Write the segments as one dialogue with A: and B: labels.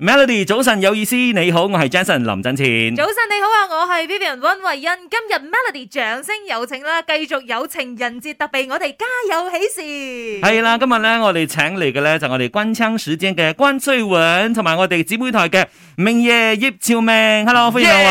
A: Melody，早晨有意思，你好，我係 Jason 林振前。
B: 早晨你好啊，我係 Vivian 温慧欣。今日 Melody 掌聲有請啦，繼續有情人節特備我哋家有喜事。
A: 係啊啦，今日咧我哋請嚟嘅咧就我哋關槍時間嘅關萃汶，同埋我哋姊妹台嘅明夜葉朝明。Hello，歡迎兩位。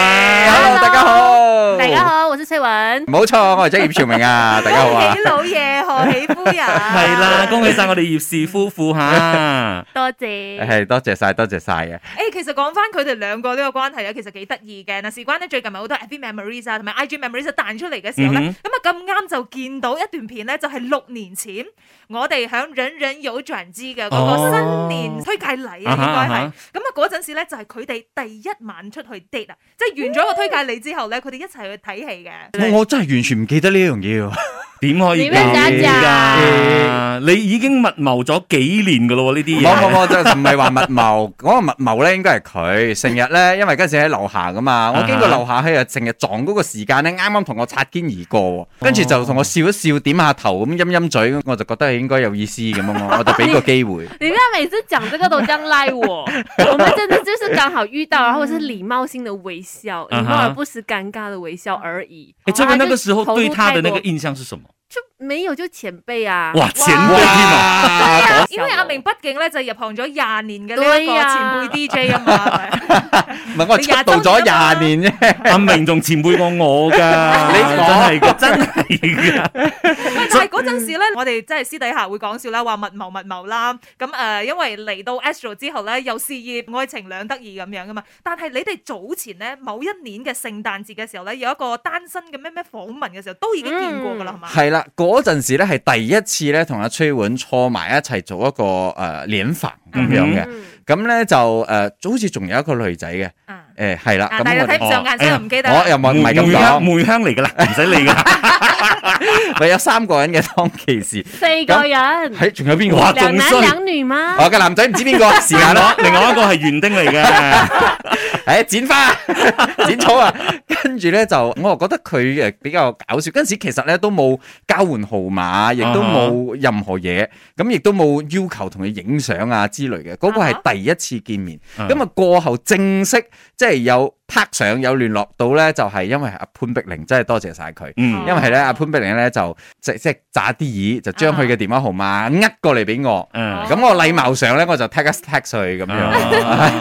C: Hello，大家好，
D: 大家好，我是萃汶。
C: 冇錯，我係職葉朝明啊，大家好
B: 恭
C: 啊
B: 喜，老爺，賀喜夫人。
A: 係
B: 係
A: 啦，恭喜晒我哋葉氏夫婦吓。
D: 多
A: 哎
D: 謝。
C: 係多謝晒，多謝晒啊嘅，
B: 誒，其實講翻佢哋兩個呢個關係咧，其實幾得意嘅。嗱，事關咧最近咪好多 FB memories 啊，同埋 IG memories 彈出嚟嘅時候咧，
A: 嗯
B: 咁啊咁啱就見到一段片咧，就係六年前我哋響人人有轉機嘅嗰個新年推介禮
A: 哦
B: 啊，
A: 啊
B: 應該
A: 哈啊
B: 係
A: 哈。
B: 咁啊嗰陣時咧就係佢哋第一晚出去 date 啊，即係完咗個推介禮之後咧，佢哋一齊去睇戲嘅。
C: 我真係完全唔記得呢樣嘢喎，
A: 點可以
D: 點樣
A: 咁噶？
C: 㗎
A: 你已經密謀咗幾年噶咯喎？呢啲
C: 冇冇
A: 嘢。
C: 冇，就唔係話密謀， 嗰個密謀咧應該係佢，成日咧因為嗰陣時喺樓下噶嘛，我經過樓下佢啊，成日撞嗰個時間咧，啱啱同我擦肩而過喎，跟住就同我笑一笑，點下頭咁陰陰嘴，我就覺得佢應該有意思咁啊樣，我就俾個機會。
D: 你不要每次講這個都這樣賴 我，我們真的就是剛好遇到，然後是禮貌性的微笑，
A: 嗯
D: 禮貌而不失尷尬的微笑而已。
A: 誒，這
D: 然後
A: 個那個時候
D: 就投入
A: 對他的那個
D: 太多
A: 印象是什麼？
D: 就沒有就前輩啊，
A: 哇，前輩添啊！
C: 哇
B: 因為阿明畢竟咧就入行咗廿年嘅呢一
D: 對
B: 個
D: 呀
B: 前輩 DJ 啊嘛係咪，
C: 唔係我出道咗廿年啫。
A: 阿明仲前輩過我噶，
C: 你講
A: 真係噶，真係噶。
B: 喂，但係嗰陣時咧，我哋真係私底下會講笑啦，話密謀密謀啦。咁誒、呃因為嚟到 Astro 之後咧，有事業、愛情兩得意咁樣噶嘛。但係你哋早前咧，某一年嘅聖誕節嘅時候咧，有一個單身嘅咩咩訪問嘅時候，都已經見過噶啦，係嘛、
C: 係啦，嗰陣時咧係第一次咧同阿崔婉坐埋一齊做一個誒聯飯咁樣嘅，
D: 嗯
C: 咁咧就誒、呃好似仲有一個女仔嘅，
B: 啊
C: 誒係啦，
B: 啊
C: 咁
B: 但係
C: 我
B: 睇
C: 哋
B: 唔上眼，真係唔記得啦。
C: 我又嗯冇唔係
A: 梅
C: 咁
A: 香
C: 講，
A: 梅香嚟噶啦，唔使理噶。
C: 咪有三個人嘅當其時，
D: 四 個人，
C: 係仲有邊個
A: 哇
C: 啊？
D: 兩男
A: 仲衰
D: 兩女嗎？
A: 啊
C: 我嘅男仔唔知哦邊個， 時間
A: 另
C: 咯
A: 外，另外一個係園丁嚟嘅，
C: 誒哎剪花 剪草啊，跟住咧就我又覺得佢誒比較搞笑，嗰陣時其實咧都冇交換號碼，亦都冇任何嘢，咁亦都冇要求同佢影相啊之類嘅，嗰、個
B: 啊哈
C: 係第一次見面。
A: 嗯
C: 咁啊過後正式即係有拍相有聯絡到咧，就係、因為阿潘碧玲真係多謝晒佢。
A: 嗯
C: 因為咧，阿潘碧玲咧就即即係詐啲意，就將佢嘅電話號碼呃過嚟俾我。
A: 嗯，
C: 咁我禮貌上咧，我就 text text 佢咁樣。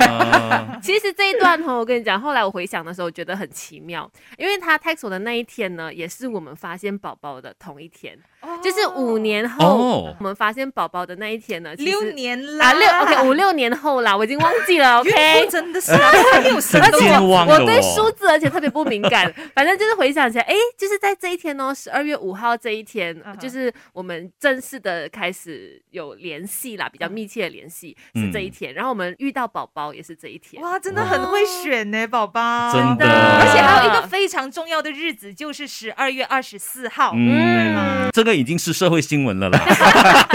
A: 啊
D: 其實這一段哈，我跟你講，後來我回想的時候，我覺得很奇妙，因為他 text 我的那一天呢，也是我們发现宝宝的同一天，
B: 哦
D: 就是五年後、
A: 哦
D: 我們发现宝宝的那一天呢，其
B: 六
D: 實
B: 年啦，
D: 啊六 OK 五六年後啦，我已經忘 記了
B: 孕
D: OK 啊
B: 妇。哦真的是很有神
D: 而
B: 都
D: 且
A: 健
D: 我
A: 忘
D: 我
A: 的
D: 對
A: 我
D: 數字而且特別不敏感， 反正就是回想起來，哎，就是在這一天哦，十二月五號這一天
B: 嗯哼
D: 就是我們正式的開始有聯繫啦，比較密切的聯繫
A: 嗯
D: 是這一天，然後我們遇到寶寶也是這一天。
B: 哇，真的很會選呢、寶寶。
A: 真的
B: 而且還有一
D: 真
B: 個
D: 的
B: 非常重要的日子，就是十二月二十四號。
A: 嗯，這個已經是社會新聞了啦。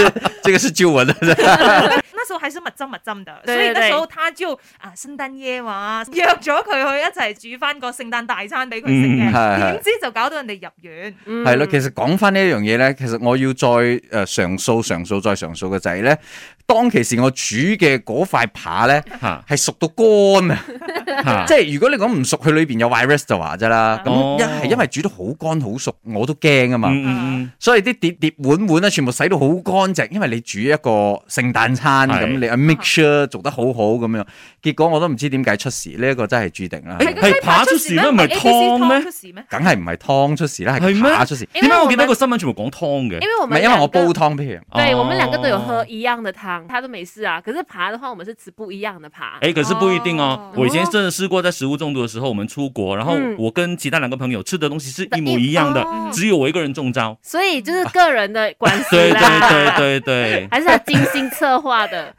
C: 這個是救我的。
B: 那時候還是密針密針的，所
D: 對
B: 以
D: 對對
B: 那時候他就啊聖誕夜 話約咗佢去一齊煮翻個聖誕大餐俾佢食
A: 嗯
B: 嘅，
C: 係係
B: 點知就搞到人哋入院。
D: 嗯
C: 係咯，其實講翻呢一樣嘢咧，其實我要再誒、呃上訴、上訴再上訴嘅就係咧，當其時我煮嘅嗰塊 扒咧
A: 嚇
C: 係熟到 乾啊！
A: 嚇
C: 即係如果你講唔熟，佢裏邊有 virus 就話啫啦。
A: 哦
C: 咁一係因為煮到好乾好熟，我都驚啊嘛。
A: 嗯嗯
C: 所以啲碟碟碗碗咧，全部洗到好乾淨，因為你煮一個聖誕餐
A: 係
C: 咁，你啊 make sure 做得好好咁樣。結果我都唔知點解出事，呢、一個真係注定啦。
A: 誒係扒出事咩唔係湯咩
B: 出事咩？
C: 梗係唔係湯出事啦，
A: 係
C: 係
A: 咩
C: 扒出事。
A: 嗯，點解我見到個新聞全部講湯嘅
D: 因？為我
C: 唔係
D: 們
C: 因為我煲
D: 兩個
C: 湯俾佢。
D: 对我们两个都有喝
A: 哦。
D: 一样的汤，他都没事啊。可是爬的话，我们是吃不一样的爬。
A: 哎，可是不一定哦
B: 哦。
A: 我以前真的试過，在食物中毒的時候，我們出國，然後
D: 嗯
A: 我跟其他兩個朋友吃的東西是一模一樣的，
D: 哦
A: 只有我一個人中招。
D: 所以就是个人的关 系
A: 對對
D: 啦。
A: 對對對。
D: 还是他精心策划 的，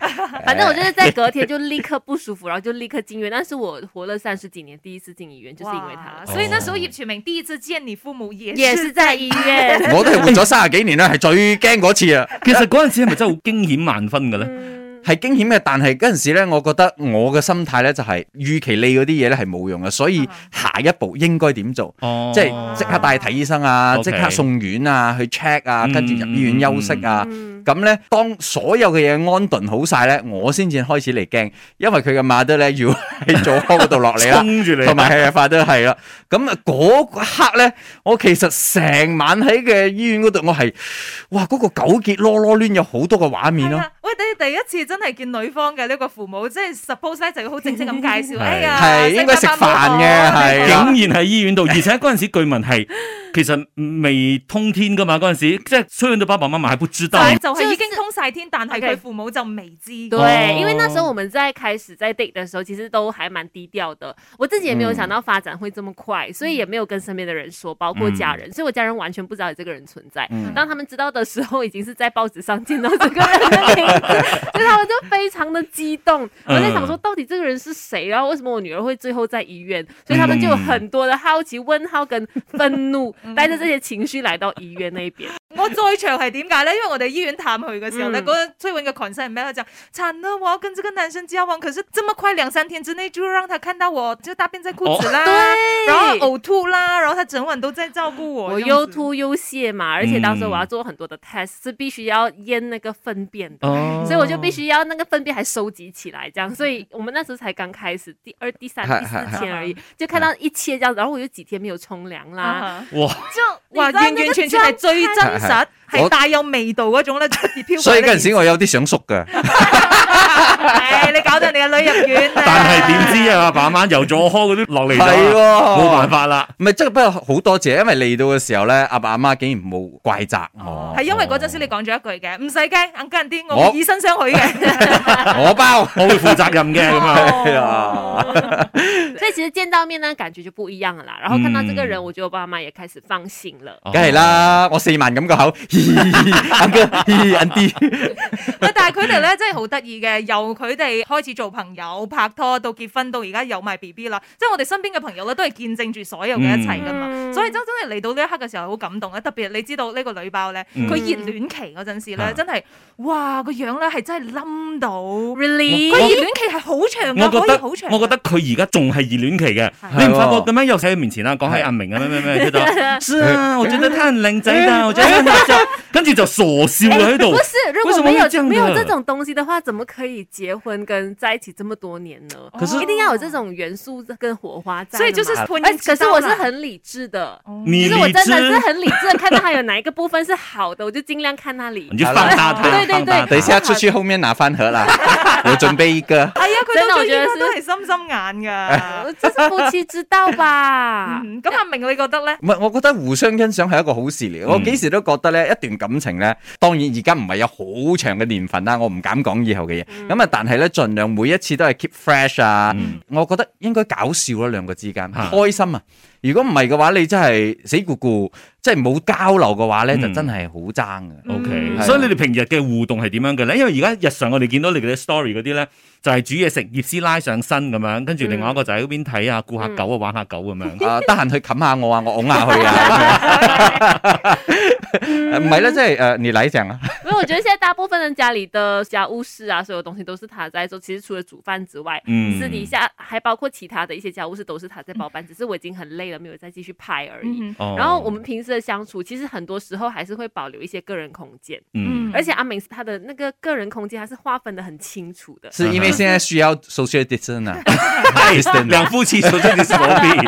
D: 反正我就是在隔天就立刻不舒服，然后就立刻进医院。但是我活了三十几年，第一次进医院就是因为他
B: 哇
D: 了，
A: 哦
B: 所以那時候葉全明第一次見你父母也
D: 也是在医院。
C: 我都係活咗三十幾年啦，係最驚嗰次啊！
A: 其實嗰陣時係咪真係好驚險萬分嘅咧？
D: 嗯
C: 係驚險嘅，但係嗰陣時咧，我覺得我嘅心態咧就係、預期你嗰啲嘢咧係冇用嘅，所以
B: 啊
C: 下一步應該點做？
A: 嗯哦
C: 即係即刻帶去睇醫生啊，
A: OK
C: 即刻送院啊，去 check 啊，
A: 嗯
C: 跟住入醫院休息啊。
D: 嗯，
C: 咁咧，當所有嘅嘢安頓好晒咧，我先至開始嚟驚，因為佢嘅馬德咧要喺左開嗰度落 嚟啦。
A: 衝住你，
C: 同埋係啊，發都係啦。咁啊，嗰刻咧，我其實成晚喺嘅醫院嗰度，我係哇嗰、個糾結囉囉攣有好多個畫面
B: 係
C: 咯。
B: 啊， 喂，你第一次真係見女方嘅呢個父母，即係 suppose 咧就要好正式咁介紹，
A: 係
B: 哎呀，
C: 係應該食
A: 竟
C: 飯嘅係啦
A: 然喺醫院度，而且嗰陣時據聞 係其實未通天噶嘛，嗰陣時即係雖然到爸爸媽媽係不知道，
B: 但就係已經通晒天，但係佢
D: OK
B: 父母就未知。
D: 对，
A: 哦
D: 因为那时候我们在开始在 date 的时候，其实都还蛮低调的。我自己也没有想到发展会这么快，所以也没有跟身边的人说，包括家人，所以我家人完全不知道有这个人存在。
C: 嗯
D: 当他们知道的时候，已经是在报纸上见到这个人的名字， 所以他们就非常的激动。我在想说，到底这个人是谁？然后为什么我女儿会最后在医院？所以他们就有很多的好奇、问号跟愤怒，带着这些情绪来到医院那边。
B: 我在場係點解咧？因為我哋醫院探佢嘅時候咧，
D: 嗯
B: 嗰、個崔永嘅 concern 係咩咧？就慘了，我要跟這個男生交往，可是這麼快兩三天之內就讓他看到我就大便在褲子
D: 哦
B: 啦，
D: 对
B: 然後嘔吐啦，然後他整晚都在照顧我，
D: 我
B: 這樣
D: 又
B: 子。
D: 吐又泻嘛，而且当时我
A: 嗯
D: 要做很多的 test，是必须要验那个粪便的。
A: 哦
D: 所以我就必须要那个粪便还收集起来，这样，所以我们那时候才刚开始，第二、第三、第四天而已，就看到一切这样子，然后我有几天没有冲凉啦，
B: 啊
A: 哇，
D: 就
B: 哇！完完全全係最真實，
C: 我
B: 係帶有味道嗰種咧， 出而飄。
C: 所以嗰陣時，我有啲想縮㗎，
B: 係你搞到你嘅女入院 啊
A: 但係點知啊，爸媽由咗開嗰啲落嚟
C: 係啊
A: 咗
C: 喎
A: 啦，，冇辦。法 啦，
C: 唔係，即係不過好多謝，因為嚟到嘅時候咧，阿爸阿媽竟然冇怪責 我，
B: 係因為嗰陣時你講咗一句嘅，唔使驚，硬跟人啲，我會
C: 我
B: 以身相許嘅。
C: 我包。
A: 我會負責任嘅咁樣。
C: 係啊，
D: 所以其实见到面呢，感觉就不一样了啦。然后看到这个人，
A: 嗯
D: 我觉得我爸妈也开始放心了。
A: 梗
C: 梗係，啦，我四萬咁個口， 嘻嘻嘻，阿哥，嘻嘻，阿啲，
B: 喂，但係佢哋咧真係好得意嘅，由佢哋開始做朋友、拍拖到結婚，到而家有埋 B B 啦。即係我哋身邊嘅朋友咧，都係見證住所有嘅一切噶嘛。
D: 嗯
B: 所以真真係嚟到呢一刻嘅時候，好感動啊！特別你知道呢個女包咧，
A: 嗯
B: 佢熱戀期嗰陣時咧
A: 啊，
B: 真係哇個樣咧係真係冧到。佢
D: Really？
B: 熱戀期係好長
A: 嗯我
B: 㗎，
A: 覺
B: 可以
A: 得
B: 好長㗎。
A: 我覺得佢而家仲係熱戀期嘅，
B: 係
A: 你唔發覺咁樣又喺佢面前啦，講起阿明啊咩咩咩，佢 就是啊，我覺得他很靚仔的，我覺得他很好笑，跟住就傻笑啦喺 度
D: 哎不。是，如
A: 为什么
D: 果没
A: 会
D: 有
A: 这样
D: 没
A: 的
D: 有这种东西的话，怎么可以结婚跟在一起这么多年呢？
A: 哦
B: 可是
D: 一定要有这种元素跟火花在的嘛。
B: 所以就是突然
D: 哎可
B: 知
D: 是
B: 道
D: 我
B: 啦嗯
D: 是很理智的，
A: 你
D: 其实我
A: 理
D: 真的是
A: 智，
D: 很理智的，看到他有哪一个部分是好的，我就尽量看那里
A: 你。就放大他，
D: 对对
A: 放大
C: 等
D: 对
A: 他
C: 一下出去後面拿翻 盒啦，有準備一個。
B: 係啊，佢
D: 真係
B: 到
D: 我
B: 最
D: 覺
B: 依
D: 得是
B: 家都係深深眼㗎。
D: 呃这是夫妻之道吧？
B: 嗯咁阿明你覺得咧？
C: 唔係，我覺得互相欣賞係一個好事
A: 嗯
C: 嚟。我幾時都覺得咧，一段感情咧，當然而家唔係有好長嘅年份啦，我唔敢講以後嘅嘢。咁啊，但係咧，盡量每一次都係 keep fresh 啊。
A: 嗯
C: 我覺得應該搞笑咯，兩個之間
A: 嚇
C: 開心啊！如果唔係嘅話，你真係死咕咕，即係冇交流嘅話咧，
A: 嗯
C: 就真係好爭啊嘅。
A: O K，
D: 嗯
A: 所以你哋平日嘅互動係點樣嘅咧？因為而家日常我哋見到你哋啲 story 嗰啲咧，就係煮嘢食，葉師奶上身咁樣，跟住另外一個就喺嗰邊睇啊，顧下
D: 嗯
A: 狗啊，玩下狗咁 樣。
C: 啊， 得閒去冚下我啊，我擁下佢啊，
A: 嗯
C: 唔係咧，即係誒，你嚟正啊，
D: 因为我觉得现在大部分人家里的家务事啊，所有东西都是他在做。其实除了煮饭之外，
A: 嗯
D: 私底下还包括其他的一些家务事都是他在包办，只是我已经很累了，没有再继续拍而已。
B: 嗯
A: 哦
D: 然后我们平时的相处，其实很多时候还是会保留一些个人空间，
A: 嗯
D: 而且阿明他的那个个人空间，他是划分的很清楚的。
C: 是因
A: 嗯
C: 為現在需要 social distance 啊。
A: 係兩夫妻手真係手 臂，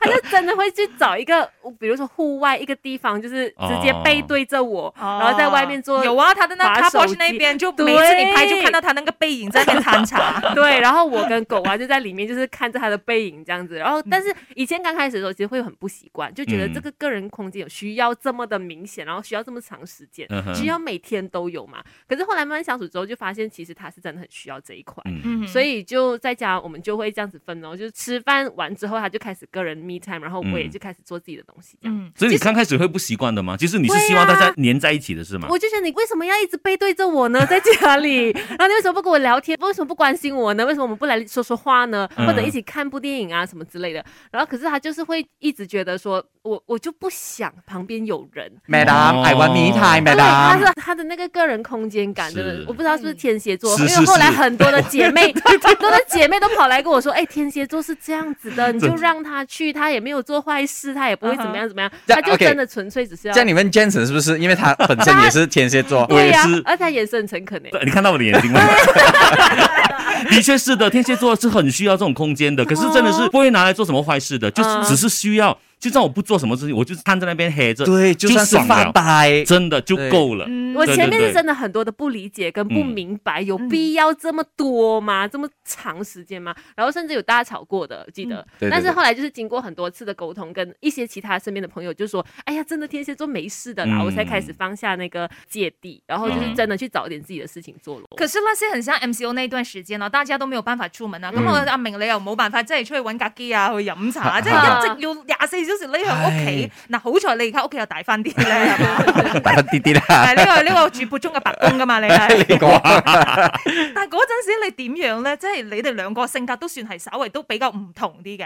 D: 他就真的会去找一个，比如说户外一个地方，就是直接
A: 哦
D: 背对着我，然后在外面做。
B: 有啊，他的那
D: 滑
B: car
D: 手
B: wash 那
D: 机
B: 边，就
D: 对
B: 每次你拍就看到他那个背影在那边摊 茶。
D: 对，然后我跟狗啊就在里面，就是看着它的背影这样子。然后，但是以前刚开始的时候，其实会很不习惯，就觉得
A: 嗯
D: 这个个人空间有需要这么的明显，然后需要这么长时间，
A: 嗯哼
D: 需要每天都有嘛。可是后来慢慢相处之后，就发现其实他是真的很需要这一块。
A: 嗯
B: 嗯
D: 所以就在家，我们就会这样子分哦，就是吃饭完之后，他就开始个人 me time，然后我也
A: 嗯
D: 就开始做自己的东西，这样。
B: 嗯，
A: 所以你刚开始会不习惯的吗？就是你是希望大家黏在一起的是吗？
D: 我就觉得你为什么要一直背对着我呢，在家里？ 然后你为什么不跟我聊天？为什么不关心我呢？为什么我们不来说说话呢？
A: 嗯
D: 或者一起看部电影啊什么之类的？然后可是他就是会一直觉得说，我我就不想旁边有人。
C: Madam, I want me time,
D: 对，
A: 哦
D: 他
C: Madam。
D: 是他的那个个人空间感，真的
A: 是，
D: 我不知道是不是天蝎座，
A: 是
D: 因
A: 是
D: 为后来
A: 是
D: 很多的姐妹， 很多的姐妹都跑来跟我说，哎，天蝎座是这样子的，你就让他去，他也没有做坏事，他也不会怎么样怎么样，
C: 这
D: 他
C: 样
D: 就
C: OK
D: 真的纯粹只是要，
C: 这，样你问 Jensen 是不是？因为他本身也是天蝎座
A: 我
D: 对
A: 也
D: 呀
A: 是，
D: 而且他眼神很诚恳诶，
A: 对你看 到我的眼睛吗？的确是的，天蝎座是很需要这种空间的，可是真的是不会拿来做什么坏事的，就是
D: 嗯
A: 只是需要，就算我不做什么事情，我就摊在那边黑着，
C: 对，就算是
A: 爽
C: 发
A: 了，
C: 呆，
A: 真的就够了。
B: 嗯
D: 我
A: 对
D: 前面
A: 对
D: 是真的很多的不理解跟不明白，有
B: 嗯
D: 必要这么多吗？这么长时间吗？然后甚至有大吵过的，记
B: 嗯
D: 得。
C: 对对
D: 但是
C: 对
D: 后来就是经过很多次的沟通，跟一些其他身边的朋友就说：“哎呀，真的天蝎座没事的啦。
A: 嗯
D: 我才开始放下那个芥蒂，然后就是真的去找点自己的事情做咯。
B: 可是那些很像 MCO 那一段時間啊，大家都沒有辦法出門啊。咁、我阿明你又冇辦法即係出去揾格機啊，去飲茶啊，即係一直要廿四小時匿喺屋企。嗱，好彩你而家屋企又大翻啲咧，係嘛
C: 大不啲啲啦。
B: 但係呢個呢個住半中嘅白宮噶嘛，你係。
C: 呢個
B: 但係嗰陣時你點樣咧？即係你哋兩個性格都算係稍微都比較唔同啲嘅。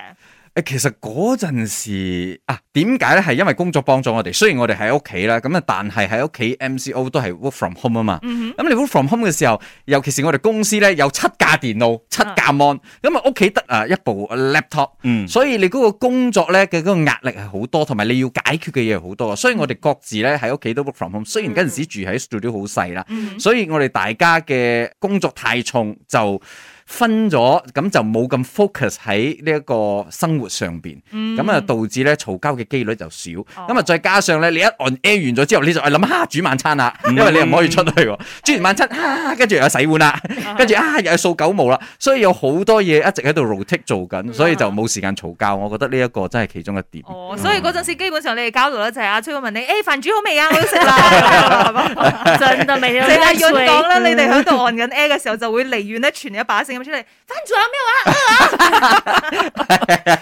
C: 誒哎其實嗰陣時啊，點解咧？係因為工作幫咗我哋，雖然我哋喺屋企啦，咁啊，但係喺屋企 MCO 都係 work from home 啊嘛。
B: 嗯
C: 咁你 work from home 嘅時候，尤其是我哋公司咧有七架電腦、七架 mon，咁啊屋企得啊一部 laptop，
A: 嗯，
C: 所以你嗰個工作咧嘅嗰個壓力係好多，同埋你要解決嘅嘢係好多啊。所以我哋各自咧喺屋企都 work from home，雖然嗰陣時住喺 studio 好細啦，
B: 哼，
C: 所以我哋大家嘅工作太重就。分咗咁就冇咁 focus 喺呢一個生活上邊，
B: 嗯
C: 咁啊導致咧嘈交嘅機率就少，
B: 哦
C: 咁啊再加上咧你一 on air 完咗之後，你就諗下煮晚 餐啦，因為你又唔可以出去喎，
B: 嗯
C: 煮完晚餐啊，跟住又有洗碗啦，跟住啊又有掃狗毛啦，所以有好多嘢一直喺度 rotate 做緊，所以就冇時間嘈交。我覺得呢一個真係其中一點。
B: 哦，所以
A: 嗯
B: 嗰陣時基本上你哋交流咧就係阿啊崔會問你，誒飯煮好 未啊？我要食啦，係嘛？
D: 真的 每天都
B: 你阿
D: 在
B: 潤
D: 催。
B: 講啦，你哋喺度按緊 air 嘅時候就會離遠咧傳一把聲咁出嚟，飯仲有咩啊 話？餓啊！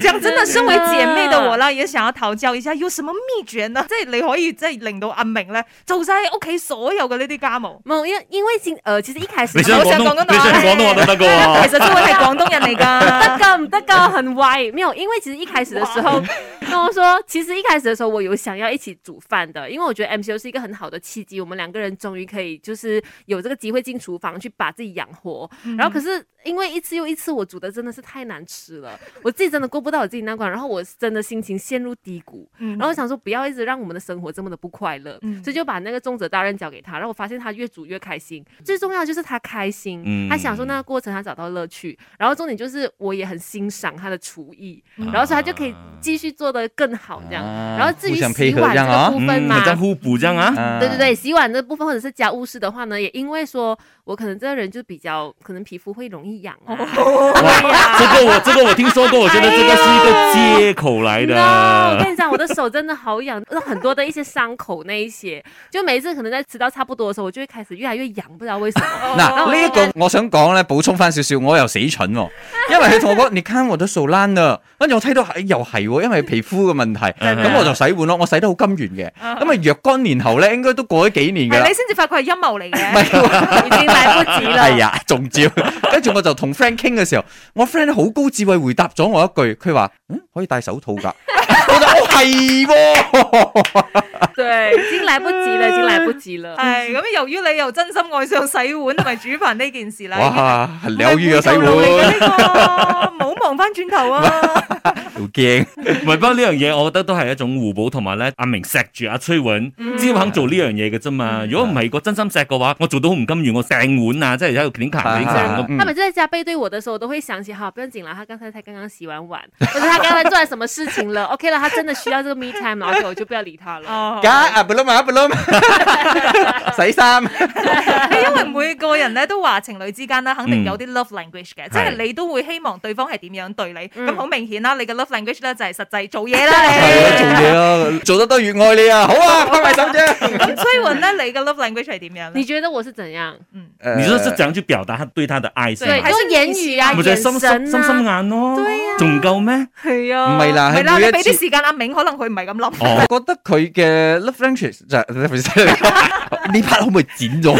B: 講真的，身為姐妹嘅我啦，也想要討教一下，有什麼秘訣呢？即係你可以即係令到阿明咧做晒屋企所有嘅呢啲家務。
D: 冇，嗯因因為先，呃，其實一開始
A: 你想
B: 我
A: 廣
B: 想
A: 東
B: 講嗰，度
A: 你想廣東話都得噶
B: 哎其
A: 喎。
B: 實都會係廣東人嚟
D: 得
B: 㗎。
D: 个唔得个很歪，没有，因为其实一开始的时候跟我说，其实一开始的时候我有想要一起煮饭的，因为我觉得 MCO 是一个很好的契机，我们两个人终于可以就是有这个机会进厨房去把自己养活。然后可是因为一次又一次我煮的真的是太难吃了，我自己真的过不到我自己那关，然后我真的心情陷入低谷。
B: 然
D: 然后我想说，不要一直让我们的生活这么的不快乐，
B: 嗯
D: 所以就把那个重责大任交给他。然后我发现他越煮越开心，最重要的就是他开心，
A: 嗯
D: 他享受那个过程，他找到乐趣。然后重点就是我也很欣赏他的厨艺，嗯然后所以他就可以
A: 啊
D: 继续做得更好这样。
C: 嗯啊
D: 然后至于
C: 互相
D: 洗
C: 配合
D: 碗
C: 这样
D: 这个
C: 啊
D: 部分嘛，
A: 嗯好像互补这样啊。
C: 啊
D: 对对对，洗碗这部分或者是家务事的话呢，也因为说我可能这个人就比较可能皮肤会容易痒
C: 哦
D: 啊，对呀
A: 这个我这个我听说过，我觉得这个是一个借口来
D: No，我
A: 的
D: 跟。你讲，我的手哎真的好痒，很多的一些伤口那一些，就每一次可能在吃到差不多的时候，我就会开始越来越痒，不知道为什么。
C: 嗱，呢一
B: 哦
C: 個我想講咧，補充翻少少，我又死蠢喎，因為佢同我講，你看我都數爛啦，跟住我睇到哎又係喎，因為皮膚嘅問 題，
A: 嗯
C: 咁我就洗碗咯，我洗得好甘願嘅，咁啊若干年後咧，應該都過咗幾年㗎
B: 係
C: 啦
B: 你。先至發覺係陰謀嚟
C: 唔
B: 嘅。
C: 係
D: 已經來不及了
C: 係啊，中招。跟住我就同 friend 傾嘅時候，我 friend 好高智慧回答咗我一句，佢話：嗯，可以戴手套㗎。 我就哦係喎，
D: 对，已经来不及了，已经来不及 了。
B: 係咁，由於你又真心愛上洗碗同埋煮飯呢件事啦，已經
C: 哇，係療愈啊洗碗，
B: 唔係回頭路嚟嘅呢個冇望翻轉頭 啊！
C: 好驚。
A: 唔係，不過呢樣嘢，我覺得都係一種互補，同埋咧，阿明錫住阿崔允，只要肯做呢樣嘢嘅啫嘛。如果唔係個真心錫嘅話，我做到好唔甘願，我掟碗啊，即係喺度攣卡攣卡咁。
C: 嗯
D: 他每次在家背对我的时候，我都会想起，好，不用紧了，他刚才才刚刚洗完碗，或者他刚才做了什么事情了，OK 了，他真的需要这个 me time 了，OK，我就不要理他了。
B: 哦
C: 加啊布隆啊布隆，洗衫
B: 因為每個人咧都話情侶之間咧，肯定
C: 嗯
B: 有啲 love language 嘅，即係
A: 係
B: 你都會希望對方係點樣對你。
D: 嗯
B: 咁好明顯啦，你嘅 love language 咧就係實際做嘢 啦。
C: 係啊做
B: 你
C: 嘢咯，做得多越愛你啊！好啊，拍埋手啫。
B: 咁崔雲咧，你嘅 love language 係點樣
D: 你
B: 咧？
D: 觉得我是怎样？
C: 啊
A: 你說是怎樣去表達他對他的愛是
D: 对，
A: 嗎
B: 還
D: 就是是言语啊，
A: 咪就係
D: 眼
A: 心心心心
D: 神啊，
A: 眼咯，
D: 對啊
A: 仲夠咩？
D: 系
C: 唔
D: 啊，
C: 係啦，
B: 係啦，
C: 係
B: 你
C: 每
B: 俾
C: 一次 Ờ.
A: Ờ.
B: 啲。時間阿明，可能佢唔係咁諗。
A: 哦，
C: Dạ, 我覺得佢嘅 love language 就係呢 part 可唔可以剪 咗？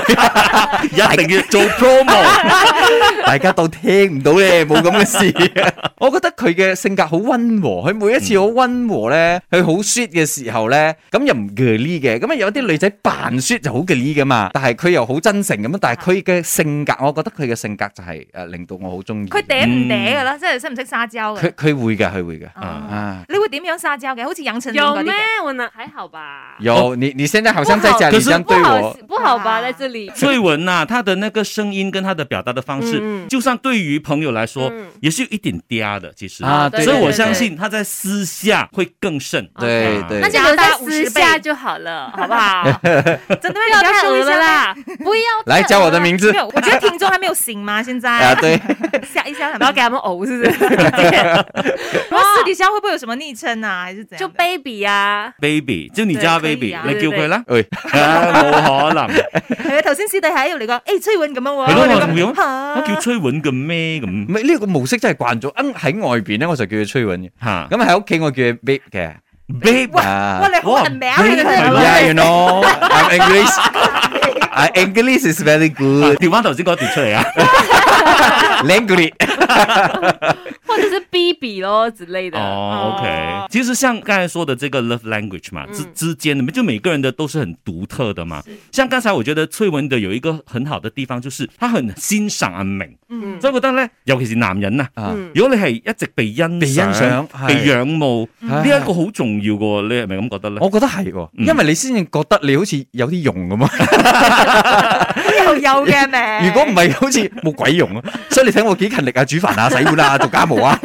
A: 一定要做 promo。
C: 大家當聽唔到咧，冇咁嘅事。 我覺得佢嘅性格好温和，佢每一次好温和咧，佢好 sweet 嘅時候咧，咁又唔 g 呢嘅。咁啊有啲女仔扮 sweet 就好 g 呢噶嘛，但係佢又好真誠咁樣。但係佢嘅性格，我覺得佢嘅性格就係誒令到我好中意。
B: 佢嗲唔嗲噶啦？即係識唔識撒嬌
C: 嗯佢
B: 嘅？
C: 佢會嘅，佢會嘅。
B: 啊
C: 啊，
B: 你會點樣撒嬌嘅？好似楊丞琳
D: 有
B: 嗰啲
D: 咩
B: 嘅。？
D: 我呢还好吧，
C: 有你你現在好像在家
A: 可
C: 裡
A: 是
C: 這樣
D: 不
C: 對
D: 好
C: 我，
D: 不好吧，在这里。
A: 翠文呐、她的那个声音跟她的表达的方式，
D: 嗯
A: 就算对于朋友来说，
D: 嗯
A: 也是有一点嗲的，其实。
C: 啊
D: 对
A: 所以
D: 对
A: 我
D: 对
A: 相
D: 对啊
A: 信她在私下会更甚。
C: 對對
D: 那。就留在私下就好 了，好不好？
B: 真的
D: 不
B: 咩？
D: 要
B: 你
D: 太
B: 说一
D: 恶
B: 下
D: 了啦，不要。
C: 來叫我的。名字
B: 没有，我觉得听众还没有醒 嘛，现在
C: 啊！對，
B: 吓一吓他
D: 然后
B: 们
D: 给。他们呕，是不 是？
B: 然后私底下会不会有什么昵称啊？还是怎
D: 就
B: 样的？
D: baby 啊，
A: baby，即係你家
B: 對
A: baby，
B: 可以啊
A: 你叫佢啦。
C: 喂，
A: 啊冇可能，
B: 係啊頭先私底下喺度嚟講，誒哎崔允咁樣喎，
A: 係咯
B: 你
A: 我用
B: 咁
A: 我
D: 啊
B: 嚇
A: 叫崔允嘅咩咁
C: 唔係呢個模式真係慣咗。嗯，喺外邊咧我就叫佢崔允嘅，
A: 吓
C: 咁喺屋企我叫佢 babe 嘅。
A: ？baby，
C: 啊
B: 哇，你好人名嚟嘅真
A: 哇
B: 係
C: Yeah, you know, I'm English. I English is very
A: 啊
C: good.
A: 調翻頭先嗰一段出嚟啊！
C: Language
D: 或者是 BB 咯之类的。
A: 哦，OK，其实像刚才说的这个 love language 嘛，
D: 嗯
A: 之之间的就每个人的都是很独特的嘛。像刚才我觉得翠文的有一个很好的地方，就是他很欣赏阿明，
D: 嗯
A: 所以我覺得咧，尤其是男人啊。
C: 啊，
B: 嗯
A: 如果你係一直被欣
C: 被欣
A: 賞
C: 賞、
A: 被
C: 係
A: 仰慕，呢
C: 係
A: 一個好重要嘅喎，你係咪咁覺得咧？
C: 我覺得係喎，
A: 嗯
C: 因為你先至覺得你好似有啲用咁啊。
B: 又有嘅名。
C: 如果唔係，好似冇鬼用啊。所以你睇我幾勤力啊，煮飯啊、洗 碗啊、做家務啊，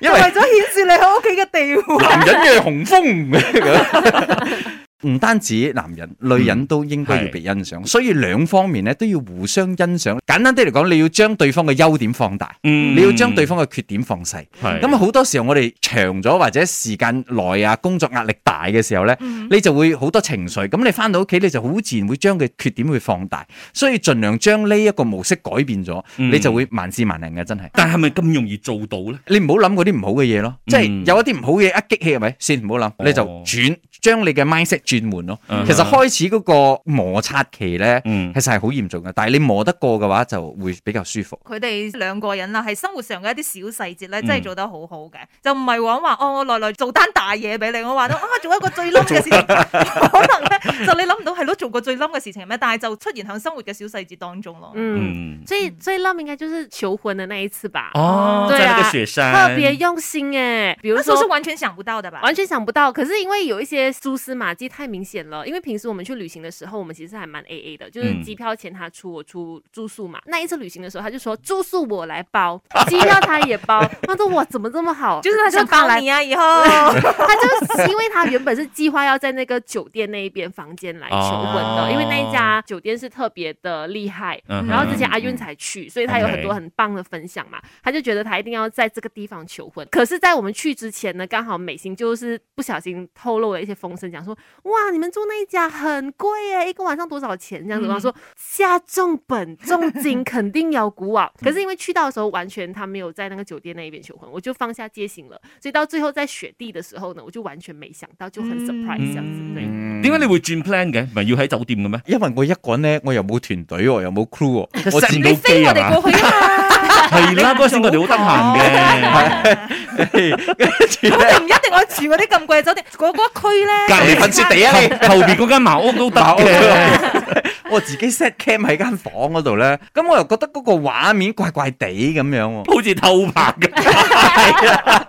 C: 因為
B: 為咗顯示你喺屋企嘅地位。
C: 男人嘅雄風。 唔單止男人，女人都應該要被欣
B: 嗯
C: 賞，所以兩方面咧都要互相欣賞。簡單啲嚟講，你要將對方嘅優點放大，
A: 嗯
C: 你要將對方嘅缺點放細。
A: 係
C: 咁好多時候我哋長咗或者時間耐啊，工作壓力大嘅時候咧，你就會好多情緒。咁你翻到屋企，你就好自然會將佢缺點會放大，所以盡量將呢一個模式改變咗，
A: 嗯
C: 你就會萬事萬靈嘅，真係。
A: 但係咪咁容易做到咧？
C: 你唔好諗嗰啲唔好嘅嘢咯，即
A: 嗯哦
C: 係有一啲唔好嘅嘢一激氣係咪？先唔好諗，你就轉將你嘅 mindset 轉換咯。
A: 嗯
C: 其實開始嗰個摩擦期咧，
A: 嗯
C: 其實係好嚴重嘅，但係你磨得過嘅話就會比較舒服。
B: 佢哋兩個人啦，係生活上嘅一啲小細節咧，
A: 嗯
B: 真係做得好好嘅，就唔係話話哦，我來來做單大嘢俾你，我話到啊，做一個最冧嘅事情， 可能咧就你諗唔到係咯，做過最冧嘅事情係咩？但係就出現喺生活嘅小細節當中咯。
D: 嗯，
A: 嗯，
D: 所以最浪漫应该就是求婚的那一次吧，
A: 哦，
D: 对
A: 在那
D: 啊
A: 個雪山，
D: 特别用心哎，比如
B: 那時候是
D: 说。
B: 完全想不到的吧？
C: 啊
D: 完全想不到，可是因为有一些蛛丝马迹太明显了。因为平时我们去旅行的时候，我们其实还蛮 A A 的，就是
A: 嗯
D: 机票钱他出，我出住宿嘛。那一次旅行的时候，他就说住宿我来包， 机票他也包。他说哇，怎么这么 好？
B: 就是他想
D: 就包
B: 帮
D: 来
B: 你啊，以後。
D: 他就是因为他原本是计划要在那个酒店那一边房间来求婚的，
A: 哦
D: 因为那一家酒店是特别的厉害。
A: 嗯哼，
D: 然后之前阿韵才去，所以他有
A: OK
D: 很多很棒的分享嘛，他就觉得他一定要在这个地方求婚。可是，在我们去之前呢，刚好美心就是不小心透露了一些风声，讲说哇，你们住那一家很贵耶，一个晚上多少钱这样
B: 嗯
D: 子。然后说下重本重金肯定要古啊。可是因为去到的时候，完全他没有在那个酒店那一边求婚，我就放下戒心了。所以到最后在雪地的时候呢，我就完全没想到，就很
B: 嗯
D: surprise 这样子。对，
C: 嗯
A: 點解你會轉 plan 嘅？唔係要喺酒店嘅 咩？
C: 因為我一個人咧，我又冇團隊喎，又冇 crew 喎，我
A: 你
C: 自
A: 到
B: 你飛
A: 機
B: 我
A: 啊
B: 哋過去啊 嘛，
A: 係啦，嗰陣時我哋好得閒嘅，
B: 我
C: 己
B: 哋唔一定我住嗰啲咁貴嘅酒店，嗰嗰區咧，
A: 隔
C: 你
A: 離
C: 粉雪地啊你！
A: 後邊嗰間茅屋都得嘅。
C: 我自己 set cam 喺間房嗰度 咧，咁我又覺得嗰個畫面怪怪地咁樣喎。
A: 好似偷拍嘅，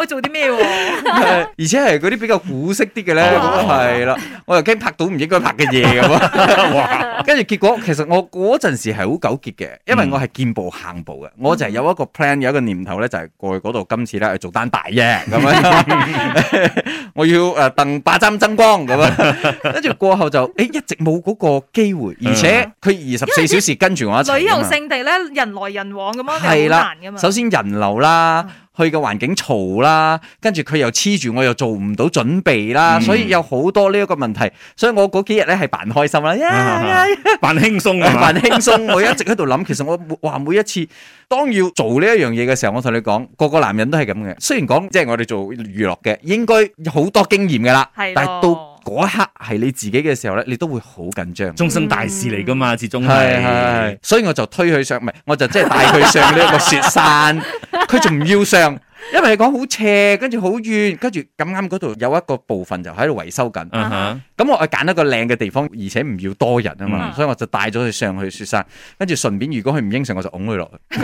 B: 我做啲咩喎？
C: 係 而且係嗰啲比較古式啲嘅咧，
A: 哦
C: 咁係啦，我又驚拍到唔應該拍嘅嘢咁啊！跟住結果其實我嗰陣時係好糾結嘅，因為我係見步行步嘅，我就係有一個 plan，有一個念頭咧，就係過去嗰度今次咧做單大啫咁樣，我要誒鄧霸針爭光咁樣，跟住過後就誒一直冇嗰個機會，而且佢二十四小時跟住我一啊齊㗎嘛。
B: 旅遊勝地咧，人來人往咁啊嗯樣，
C: 係
B: 你好
C: 啦
B: 難噶，嘛。
C: 首先人流啦，去嘅環境嘈啦，跟住佢又黐住我，又做唔到準備啦，
A: 嗯
C: 所以有好多呢一個問題。所以我嗰幾日咧係扮開心啦，呀呀呀
A: 扮輕鬆啊嘛
C: 扮，輕鬆。我一直喺度諗，其實我每哇每一次當要做呢一樣嘢嘅時候，我同你講，個個男人都係咁嘅。雖然講即係我哋做娛樂嘅，應該好多經驗㗎啦，
B: 係咯
C: 但係到嗰一刻係你自己嘅時候咧，你都會好緊張。
A: 終身大事嚟噶嘛，始終
C: 係係，
A: 係。
C: 所以我就推佢上，唔係我就即係帶佢上呢一個雪山，佢仲唔要上，因為你講好斜，跟住好遠，跟住咁啱嗰度有一個部分就喺度維修緊，
D: 啊
A: 嗯哼，
C: 咁我揀一個靚嘅地方，而且唔要多人啊嘛，
B: 嗯
C: 所以我就帶咗佢上去雪山，跟住順便如果佢唔應承，我就拱佢落去。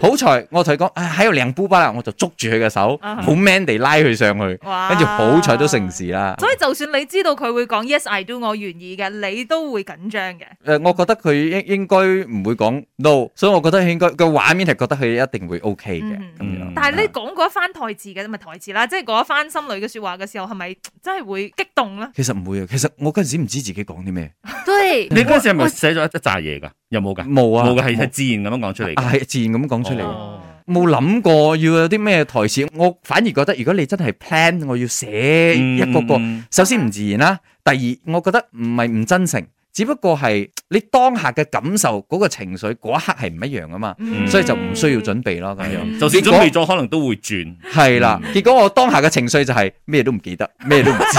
C: 好彩我同佢講，唉喺度靚布巴啦，我就捉住佢嘅手，
B: 嗯
C: 好 man 地拉佢上去，
B: 哇
C: 跟住好彩都成事啦。
B: 所以就算你知道佢會講 yes I do 我願意嘅，你都會緊張嘅。
C: 誒、呃我覺得佢應應該唔會講 no，所以我覺得佢應該個畫面係覺得佢一定會 OK 嘅
B: 嗯
C: 咁樣。
B: 但係你講嗰一番台詞嘅咪台詞啦，即係嗰一番心裏嘅説話嘅時候，係咪真係會激動咧？
C: 其實唔會啊，其實我嗰陣時唔知自己講啲咩，
D: 對，
A: 你嗰陣時係
D: 我
A: 咪寫咗一一扎嘢㗎？有冇㗎？
C: 冇啊，
A: 冇㗎，係係自然咁樣講出嚟㗎。
C: 啊係自然咁講出嚟。
A: 哦
C: 冇諗過要有啲咩台詞，我反而覺得如果你真係 plan，我要寫
A: 嗯
C: 一個個，首先唔自然啦，第二我覺得唔係唔真誠，只不過係你當下嘅感受嗰、個情緒嗰一刻係唔一樣噶啊嘛，
A: 嗯
C: 所以就唔需要準備咯咁樣。
A: 就算準備咗，可能都會轉。
C: 係啦，結果我當下嘅情緒就係、咩都唔記得，咩都唔知。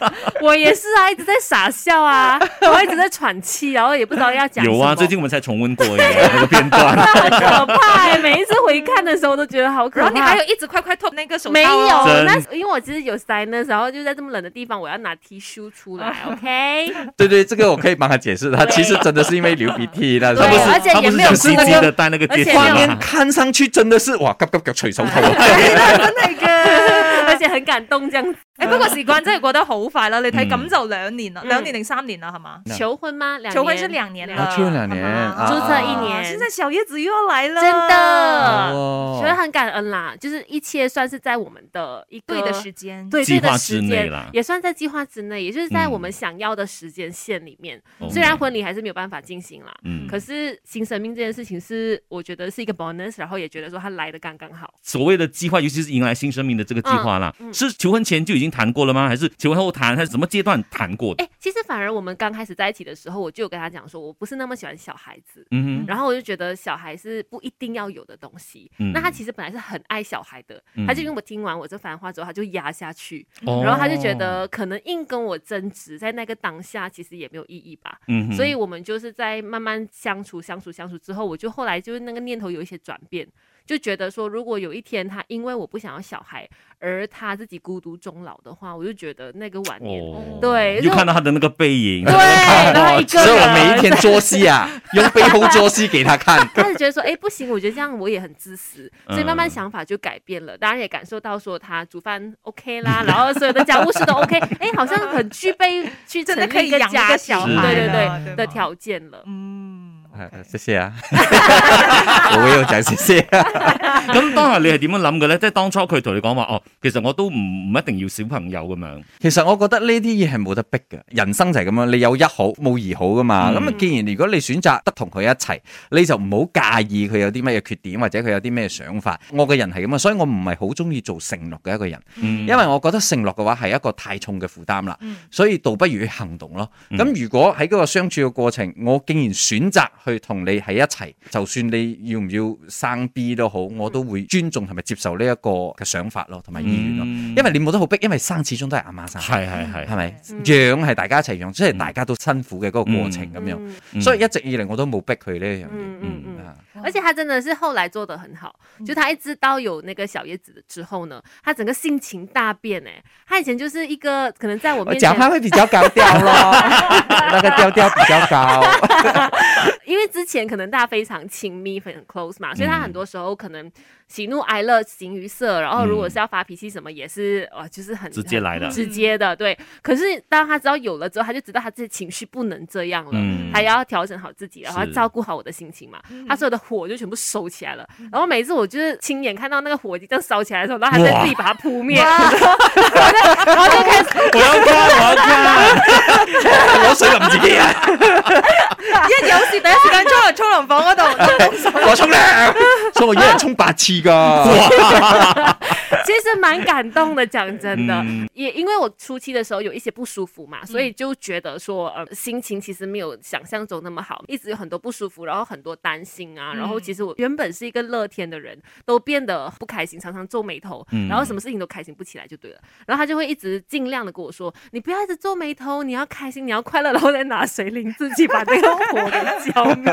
D: 我也是啊，一直在傻笑啊， 我一直在喘氣，然后也不知道要讲什么。
A: 有 啊，最近我們才重溫過一個那個片段。
D: 很可怕、欸，每一次回看的时候都觉得好可
B: 然後你
D: 怕
B: 還。有一直快快 top 那個手
D: 没 有，
B: 套
A: 真
B: 啊
D: 那因为我其实有 sinus，然后就在这么冷的地方，我要拿 T 恤出来 ，OK？
C: 對對，這個我可以幫他解釋，他其實真的是因為流鼻涕啦，
D: 對
A: 他不是，
D: 而且
A: 他不
D: 也
A: 是
D: 沒有
A: 想積
D: 哭
A: 極的戴那個戒指
D: 而且
C: 畫
D: 沒有
C: 面
A: 嘛。
C: 看上去真的是 哇急急腳除手套啊！
B: 真係 嘅。
D: 而且很感动，这样子。
B: 誒不過時間真係過得好快啦，你睇
C: 嗯
B: 咁就兩年啦，
D: 嗯
B: 兩年定三年啦，係嘛？
C: 那
D: 求婚吗？两
B: 求婚是兩年啦，
C: 啊求婚兩年
B: 係嘛
C: 啊
D: 注冊一年
B: 啊現在小葉子又要來了，
D: 真的，
C: 哦
D: 所以很感恩啦，就是一切算是在我们的一个
B: 對的時間，
D: 对啊
A: 计
D: 对
A: 划
D: 的
A: 之
D: 时
A: 内
D: 间
A: 啦
D: 也算在计划之内，也就是在我们
A: 嗯哦
D: 想要的时间线里面。
A: OK
D: 虽然婚礼还是没有办法进行啦，
A: 嗯
D: 可是新生命这件事情是我觉得是一个 bonus，然后也觉得说它来的刚刚好。
A: 所谓的计划，尤其是迎来新生命的这个计划啦，
D: 嗯嗯
A: 是求婚前就已经谈过了吗？还是求婚后谈，还是什么阶段谈过的？
D: 哎，其实反而我们刚开始在一起的时候，我就有跟他讲说，我不是那么喜欢小孩子。
A: 嗯哼，
D: 然后我就觉得小孩是不一定要有的东西。
A: 嗯
D: 那他其实本来是很爱小孩的，
A: 嗯
D: 他就因为我听完我这番话之后，他就压下去，
A: 哦
D: 然后他就觉，得可能硬跟我争执，在那个当下其实也没有意义吧。
A: 嗯哼
D: 所以我们就是在慢慢相处、相处、相处之后，我就后来就是那个念头有一些转变，就觉得说，如果有一天他因为我不想要小孩而他自己孤独终老的话，我就觉得那个晚年，
A: 哦
D: 对
A: 又看到他的那个背 影，
D: 对，然后一
C: 所
D: 个
C: 以
D: 人，
C: 哦我每一天作息啊，用背后作息给他 看。
D: 开始觉得说，哎，不行，我觉得这样我也很自私，所以慢慢想法就改变了。当然也感受到说他煮饭 OK 啦，然后所有的家务事都 OK，哎，好像很具备去成
B: 真的可
D: 立
B: 以
D: 一个
B: 养一
D: 家
B: 个
D: 小
B: 小
A: 孩
D: 孩，对
B: 了
D: 对
B: 对
D: 对
B: 吧
D: 的条件了。
B: 嗯，OK
C: 谢谢啊，我也有講謝謝啊。
A: 咁當日你係點樣諗嘅咧？即係當初佢同你講話哦，其實我都唔唔一定要小朋友咁樣，
C: 其實我覺得呢啲嘢係冇得逼嘅，人生就係咁樣，你有一好冇二好噶嘛。
A: 嗯
C: 咁啊、既然如果你選擇得同佢一齊，你就唔好介意佢有啲乜嘢缺點或者佢有啲咩想法。我嘅人係咁啊，所以我唔係好中意做承諾嘅一個人，
A: 嗯
C: 因為我覺得承諾嘅話係一個太重嘅負擔啦。
B: 嗯
C: 所以倒不如去行動咯。
A: 嗯
C: 咁、如果喺嗰個相處嘅過程，我竟然選擇去同你喺一齊，就算你要唔要生 B 都好，我都會尊重同埋接受呢一個嘅想法咯，同埋意願咯。
A: 嗯
C: 因為你冇得好逼，因為生始終都係阿媽生，
A: 係係係
C: 係咪？
D: 嗯
C: 養係大家一齊養，即係大家都辛苦嘅嗰個過程咁樣。
D: 嗯
A: 嗯
C: 所以一直以嚟我都冇逼佢呢一樣嘢。
D: 嗯嗯嗯。
C: 啊
D: 而且他真的是后来做的很好，
A: 嗯
D: 就他一知道有那个小叶子之后呢，他整个性情大变哎、他以前就是一个可能在我
A: 哦
C: 我
D: 面
C: 講
D: 前，
C: 話會比較高調咯，那個調調比較高。
D: 因为之前可能大家非常亲密、很 close 嘛，所以
A: 嗯
D: 他很多时候可能喜怒哀乐形于色，然后如果是要发脾气什么，也是哇，就是很
A: 嗯直接来的
D: 很直接的对。可是当他知道有了之后，他就知道他自己情绪不能这样了，
A: 嗯
D: 他要调整好自己，然后
A: 是
D: 照顾好我的心情嘛。他所有的火就全部收起来了。然后每一次我就是亲眼看到那个火已经这样烧起来的时候，然后他再
A: 哇
D: 自己把它扑灭，然后然后就开始
A: 我要看，我要看，
C: 攞水淋自己啊！
B: 一有事第一時間衝入沖涼 房嗰度，
C: 我沖涼，所以我一日沖八次㗎。
D: 其实蛮感动的，讲真的
A: 嗯，
D: 也因为我初期的时候有一些不舒服嘛，所以就觉得说，呃，心情其实没有想象中那么好，一直有很多不舒服，然后很多担心啊，然后
B: 嗯
D: 其实我原本是一个乐天的人，都变得不开心，常常皱眉头，
A: 嗯
D: 然后什么事情都开心不起来就对了。然后他就会一直尽量的跟我说，你不要一直皱眉头，你要开心，你要快乐，然后再拿水淋自己，把这个火给浇灭。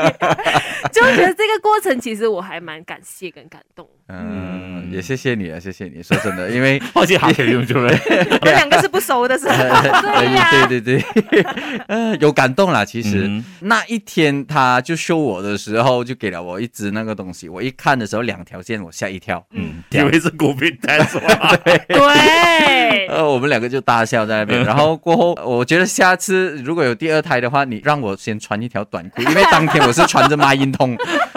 D: 就觉得这个过程，其实我还蛮感谢跟感动。
C: 嗯，也谢谢你啊，谢谢你。说真的，因为
A: 開始下棋咁做咧，
B: 我们两个是不熟的是吧，
D: 呀
C: 对对对，呃， 有感动啦。其实、
A: 嗯
C: 那一天他就修我的时候，就给了我一支那个东西。我一看的时候，两条线，我吓一跳。
A: 嗯，以為是股票 t e s
D: 对，
C: 呃，我们两个就大笑在那边。然后过后，我觉得下次如果有第二胎的话，你让我先穿一条短裤，因为当天我是穿着孖音筒。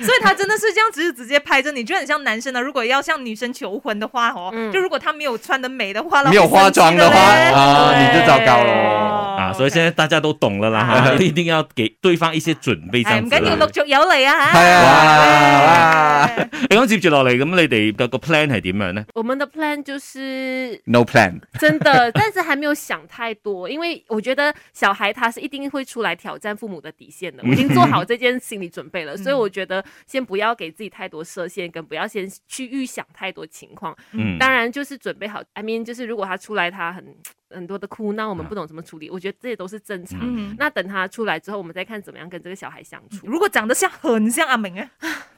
B: 所以他真的是这样，只是直接拍着你，就很像男生啊呢。如果要向女生求婚的话，哦，
D: 嗯
B: 就如果他没有穿的美的话，
C: 没有化妆的话啊，
D: 对
C: 你就糟糕
D: 哦
C: 了。
A: 啊，所以現在大家都懂了啦，哈一定要給對方一些準備，
B: 系
A: 先。
B: 唔緊要，陸續有嚟啊
C: 係
B: 嚇
C: 啊
B: 係
A: 你哎咁接住落嚟，咁你哋嘅個 plan 係點樣咧？
D: 我们的 plan 就是。
C: No plan，
D: 真的，但是还没有想太多，因为我觉得小孩他是一定会出来挑战父母的底线的。我已经做好这件心理准备了，所以
B: 嗯
D: 我觉得先不要给自己太多设限，跟不要先去预想太多情况。
A: 嗯，
D: 当然就是准备好，I mean，就是如果他出来他很很多的哭闹，我们不懂怎么处理，我觉得这些都是正常。
B: 嗯
D: 那等他出来之后，我们再看怎么样跟这个小孩相处。
B: 如果长得像很像阿明啊，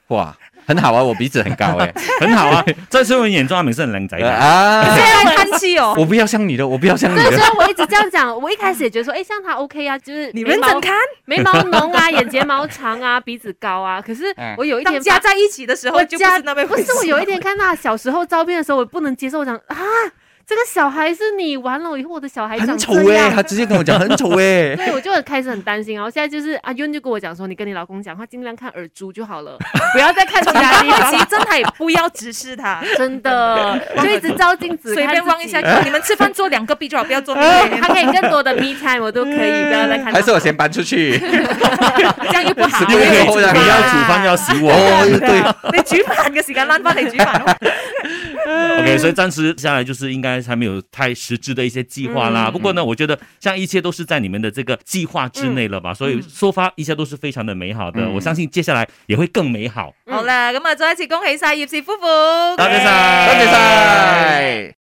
C: 哇，很好啊，我鼻子很高哎、
A: 很好 啊，在崔永眼中阿明是很靚 仔嘅，
C: 啊，
B: 现在叹气 哦，
C: 我不要像你的，我不要像你
D: 对，虽
C: 的。
D: 然我一直这样讲，我一开始也觉得说，哎、像他 OK 啊，就是
B: 你
D: 眉
B: 认
D: 毛
B: 真看，
D: 眉毛浓啊，眼睫毛长啊，鼻子高 啊。可是
C: 嗯
D: 我有一
B: 当
D: 天
B: 加
D: 发，
B: 在一起的时候
D: 哎我
B: 就不
D: 加
B: 是那么
D: 不
B: 回
D: 是
B: 事
D: 我 有一天看他小时候照片的时候，我不能接受，我讲啊，这个小孩是你完了以后，我的小孩长
C: 很丑
D: 这
C: 哎、
D: 样。
C: 他直接跟我讲很丑哎、
D: 对，我就很开始很担心，然后现在就是阿윤就跟我讲说，你跟你老公讲话尽量看耳珠就好了， 不要再看其他地
B: 其实
D: 方，
B: 真的也不要直视 他，
D: 真的就一直照镜子，
B: 随便望一下。就好你们吃饭坐两个臂就好，不要坐面
D: 他。可以更多的 me time，我都可以，不要再看。
C: 还是我先搬出 去？
D: 这样又不好，
A: 因為
C: 為
A: 你
C: 我
A: 你
C: 有
A: 要煮飯要洗 我。
C: 哦，对，
B: 你煮飯嘅時間攬翻嚟煮飯咯，
A: OK，所以暂时下来就是应该还没有太实质的一些计划啦。
D: 嗯
A: 不过呢，我觉得像一切都是在你们的这个计划之内了
D: 嗯
A: 吧，所以说发一切都是非常的美好的。
C: 嗯
A: 我相信接下来也会更美好。
D: 嗯
B: 好啦，咁啊再一次恭喜晒葉氏夫婦，
A: 多謝晒
C: 多谢晒。